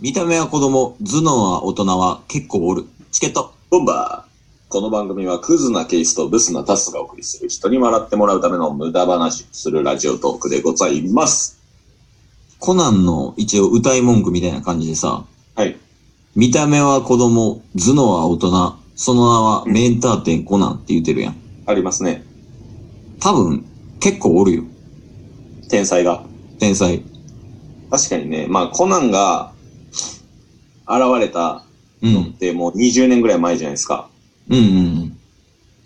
見た目は子供、頭脳は大人は結構おる。チケット。ボンバー。この番組はクズなケースとブスなタスがお送りする人に笑ってもらうための無駄話をするラジオトークでございます。コナンの一応歌い文句みたいな感じでさ、はい。見た目は子供、頭脳は大人、その名はうんメンター店コナンって言ってるやん。ありますね。多分、結構おるよ。天才が。天才。確かにね、まあコナンが現れたうん。のってもう20年ぐらい前じゃないですか。うんうんうん。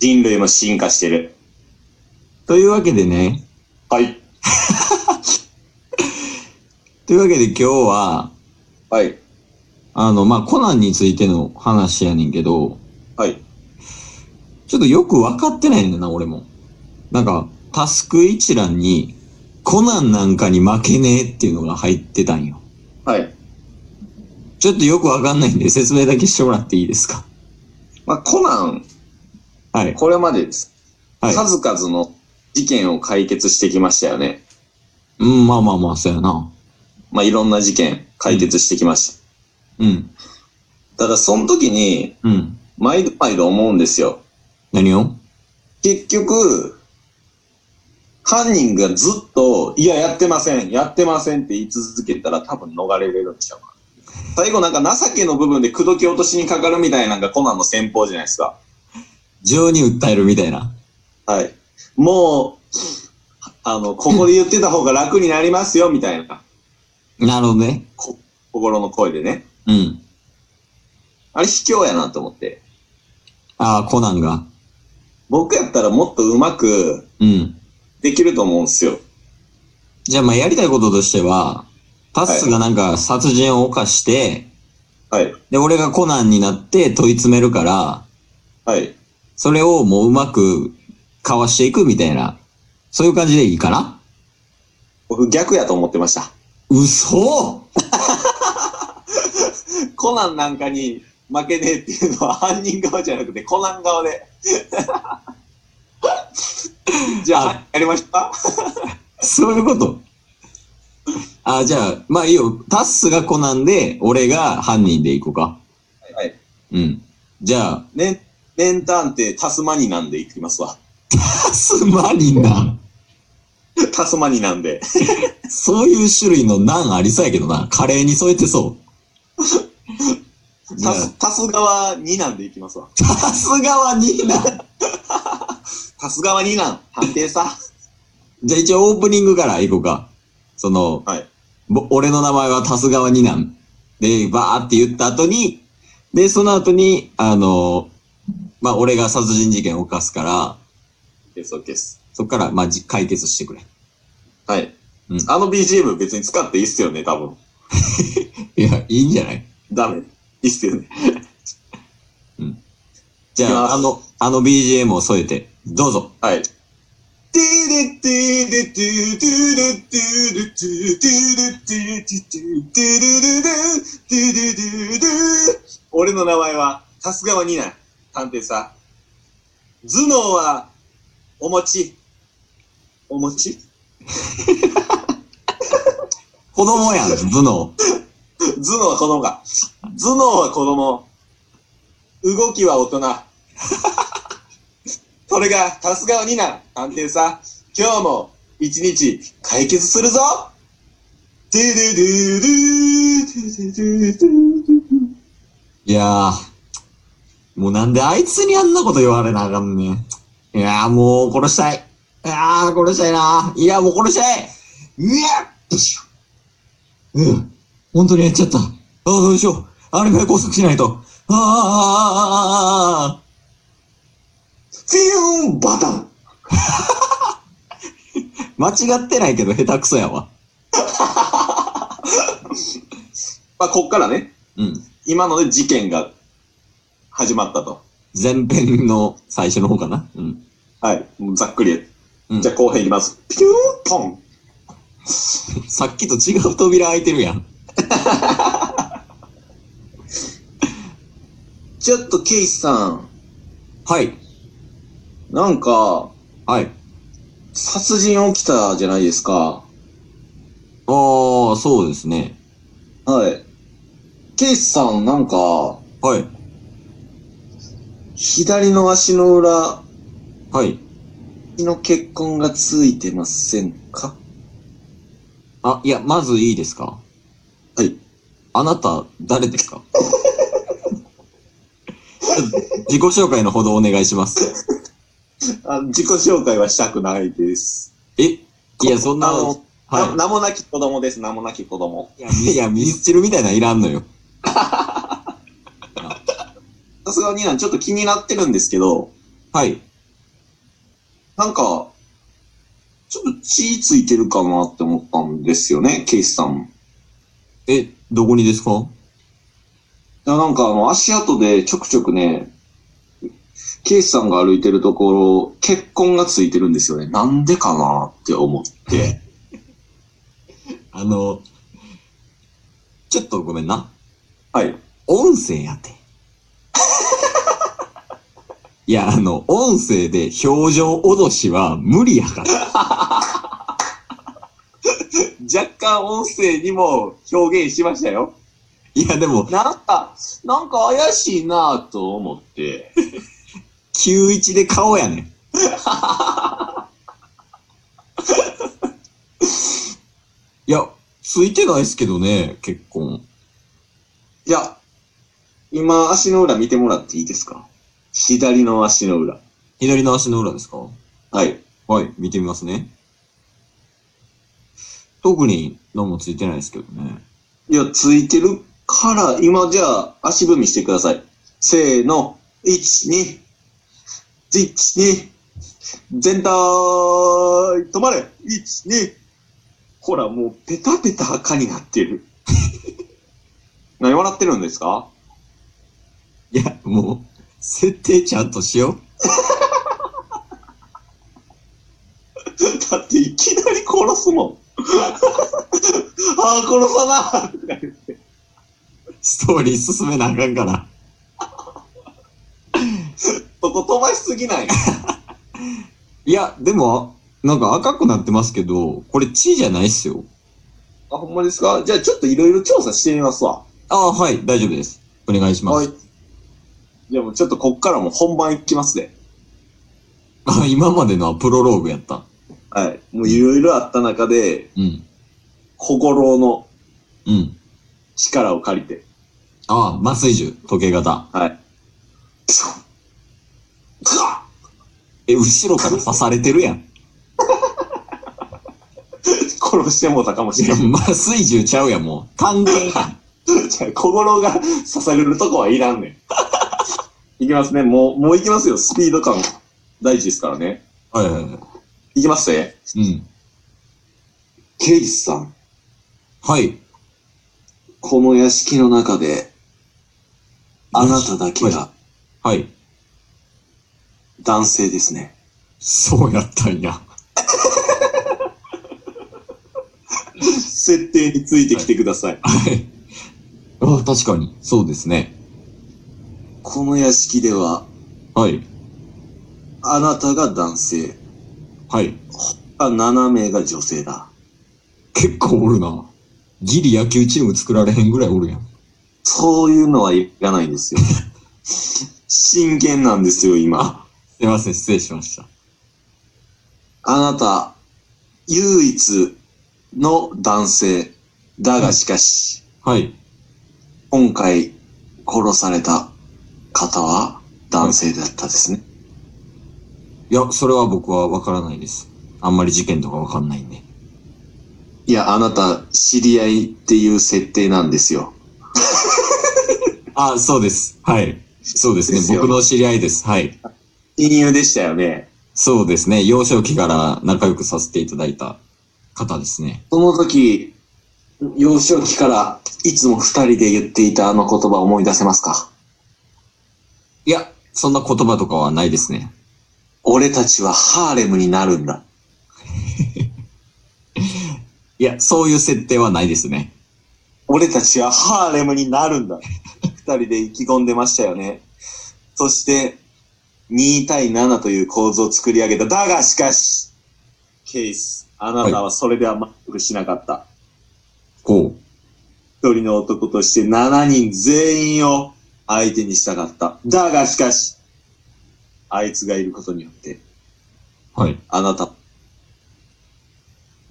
人類も進化してる。というわけでね、はい。というわけで今日は、はい。あの、まあ、コナンについての話やねんけど、はい。ちょっとよく分かってないんだな、俺も。なんか、タスク一覧に、コナンなんかに負けねえっていうのが入ってたんよ。はい。ちょっとよく分かんないんで説明だけしてもらっていいですかまあコナン、はい。これまでです。はい。数々の事件を解決してきましたよね。うん、まあまあまあ、そうやな。まあいろんな事件解決してきました。うん。ただその時に、うん。毎度毎度思うんですよ。何を結局、犯人がずっと、いや、やってません、やってませんって言い続けたら多分逃れれるんちゃうかな。最後なんか情けの部分で口説き落としにかかるみたいなんがコナンの戦法じゃないですか。情に訴えるみたいな。はい。もう、あの、ここで言ってた方が楽になりますよ、みたいな。なるほどね。こ心の声でね。うん。あれ卑怯やなと思って。ああ、コナンが。僕やったらもっとうまくうん。できると思うんですよ。じゃあ、まあ、やりたいこととしては、タスがなんか殺人を犯して、はい。で、俺がコナンになって問い詰めるから、はい。それをもううまくかわしていくみたいな、そういう感じでいいかな僕逆やと思ってました。嘘コナンなんかに負けねえっていうのは犯人側じゃなくてコナン側で。 じゃあ、やりましたそういうことあ、じゃあ、まあいいよ。タッスがコナンで、俺が犯人でいこうか。はい。うん。じゃあ、ね、年探偵タスマニなんでいきますわ。 タスマニナ。タスマニなんで。そういう種類のナンありそうやけどな。カレーに添えてそう。じゃ タあ、ス、タス側2なんでいきますわ。タス側にな。タス側2なん、探偵さ。 じゃあ一応オープニングからいこうか。その、はい。ぼ俺の名前はタス川二男。で、バーって言った後に、で、その後に、あの、まあ、俺が殺人事件を犯すから、です、OK です。そっから、まあ、じ解決してくれ。はい。うんあの BGM 別に使っていいっすよね、多分。いや、いいんじゃないダメ。いいっすよね。じいきゃますあ、あの、あの BGM を添えて、どうぞ。はい。ティレティレティティレティレティティレティティティティレレレティレレレ俺の名前は、さすがはニナ、探偵さ。頭脳は、お餅。お餅子供やん、頭脳。頭脳は子供か。頭脳は子供。動きは大人。それが、さすがはニナ、探偵さ。今日も一日解決するぞドゥドゥドゥドゥドゥドゥドゥドゥドゥいやー、もうなんであいつにあんなこと言われなあかんねん。いやー、もう殺したい。いやー、殺したいなー。いやー、もう殺したい。うわっしょうん、本当にやっちゃった。ああ、どうしよう。アリバイ拘束しないと。ああ、フィヨーンバタン間違ってないけど、下手くそやわ。まあ、こっからね、うん。今ので事件が始まったと。前編の最初の方かな。うん。はい。もうざっくり。うんじゃあ後編いきます。ピューンポンさっきと違う扉開いてるやん。ちょっとケイスさん、はい。なんか、はい。殺人起きたじゃないですか。ああ、そうですね。はい。ケイスさん、なんか、はい。左の足の裏はい。の血痕がついてませんかあ、いや、まずいいですかはい。あなた、誰ですか ちょっと自己紹介のほどお願いします。あ自己紹介はしたくないです。えいや、そんな、あのはな名もなき子供です、名もなき子供。い。いやみ、いやミスチルみたいなのいらんのよ。さすがになんちょっと気になってるんですけど、はい。なんか、ちょっと血ついてるかなって思ったんですよね、ケイスさん。え、どこにですかいやなんかあの足跡でちょくちょくね、ケイスさんが歩いてるところ、血痕がついてるんですよね。なんでかなって思 って。あの、ちょっとごめんな。はい。音声やて。 いや、あの、音声で表情脅しは無理やから。若干音声にも表現しましたよ。いや、でも、なんか、なんか怪しいなぁと思って。 91で顔やねん。 いや、ついてないっすけどね、結婚。いや、今足の裏見てもらっていいですか左の足の裏。左の足の裏ですかはい。はい、見てみますね。特に何もついてないですけどね。いや、ついてるから、今じゃあ足踏みしてください。せーの、1、2、1、2、全体、止まれ !1、2、ほら、もうペタペタ赤になって る。何笑ってるんですかいや、もう、設定ちゃんとしよう。だっていきなり殺すもん。 ああ、殺さなストーリー進めなあかんから。そこ飛ばしすぎない。いや、でも、なんか赤くなってますけど、これ血じゃないっすよ。あ、ほんまですかじゃあちょっといろいろ調査してみますわ。ああ、はい、大丈夫です。お願いします。はい。じゃあもうちょっとこっからもう本番いきますね。 あ、今までのはプロローグやった。はい。もういろいろあった中で、うん。心のうん。力を借りて。ああ、麻酔銃、時計型。はい。 プシュップシュッえ、後ろから刺されてる やん。殺してもうたかもしいれやん。麻酔銃ちゃうやん、もう。単 元やん。じゃあ、小五郎が刺されるとこはいらんね ん。いきますね。もう、もういきますよ。スピード感大事ですからね。はいはいはいきますね。い。うん。ケイスさん、はい。この屋敷の中で、あなただけがはい。男性ですね。そうやったんや。設定についてきてください。はい。ああ、確かに。そうですね。この屋敷では、はい。あなたが男性、はい。あ7名が女性だ。結構おるな。ギリ野球チーム作られへんぐらいおるやん。そういうのはいらないんですよ。真剣なんですよ、今。すいません、失礼しました。あなた、唯一の男性。だがしかし、はい。今回殺された方は男性だったですね。いや、それは僕はわからないです。あんまり事件とかわかんないんで。いや、あなた、知り合いっていう設定なんですよ。あ、そうです。はい。そうですね。ですよ僕の知り合いです。はい。親友でしたよね。そうですね。幼少期から仲良くさせていただいた方ですね。その時、幼少期からいつも二人で言っていたあの言葉を思い出せますかいや、そんな言葉とかはないですね。俺たちはハーレムになるんだ。いや、そういう設定はないですね。俺たちはハーレムになるんだ。二人で意気込んでましたよね。そして、2対7という構図を作り上げた。だがしかし、ケイス、あなたはそれでは満足しなかった。こう。一人の男として7人全員を相手にしたかった。だがしかし、あいつがいることによって、はい。あなた、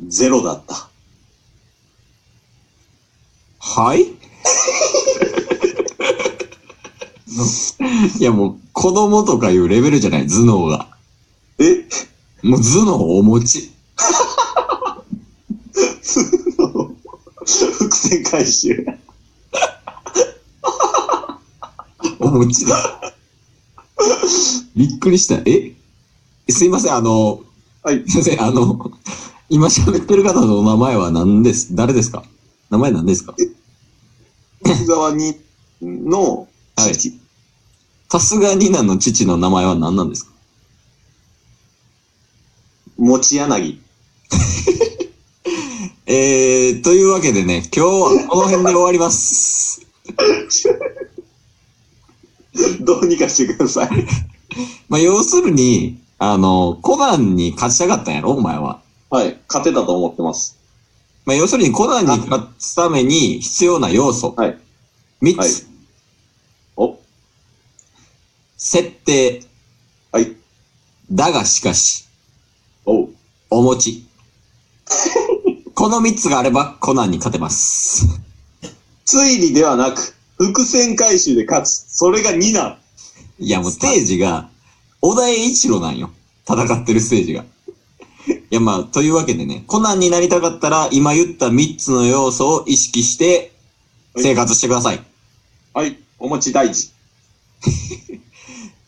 ゼロだった。はい いやもう子供とかいうレベルじゃない、頭脳が。え もう頭脳お持ち。伏線回収。 お持ちだ。びっくりした。えすいません、あの、はい。すいません、あの、今喋ってる方のお名前は何です誰ですか名前何ですか福沢に、の、はい父さすがになの父の名前は何なんですか持柳。えー、というわけでね、今日はこの辺で終わります。どうにかしてください。まあ、要するに、あの、コナンに勝ちたかったんやろお前は。はい。勝てたと思ってます。まあ、要するにコナンに勝つために必要な要素。はい。三つ。はいお、設定。はい。だがしかし、おう。お 餅。この三つがあればコナンに勝てます。推理ではなく、伏線回収で勝つ。それが2なん。いやもうステージが、小田栄一郎なんよ。戦ってるステージが。いやまあ、というわけでね、コナンになりたかったら、今言った3つの要素を意識して、はい生活してください。はい。お餅大事。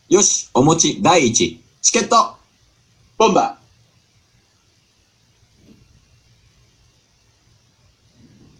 よし、お餅第一チケットボンバー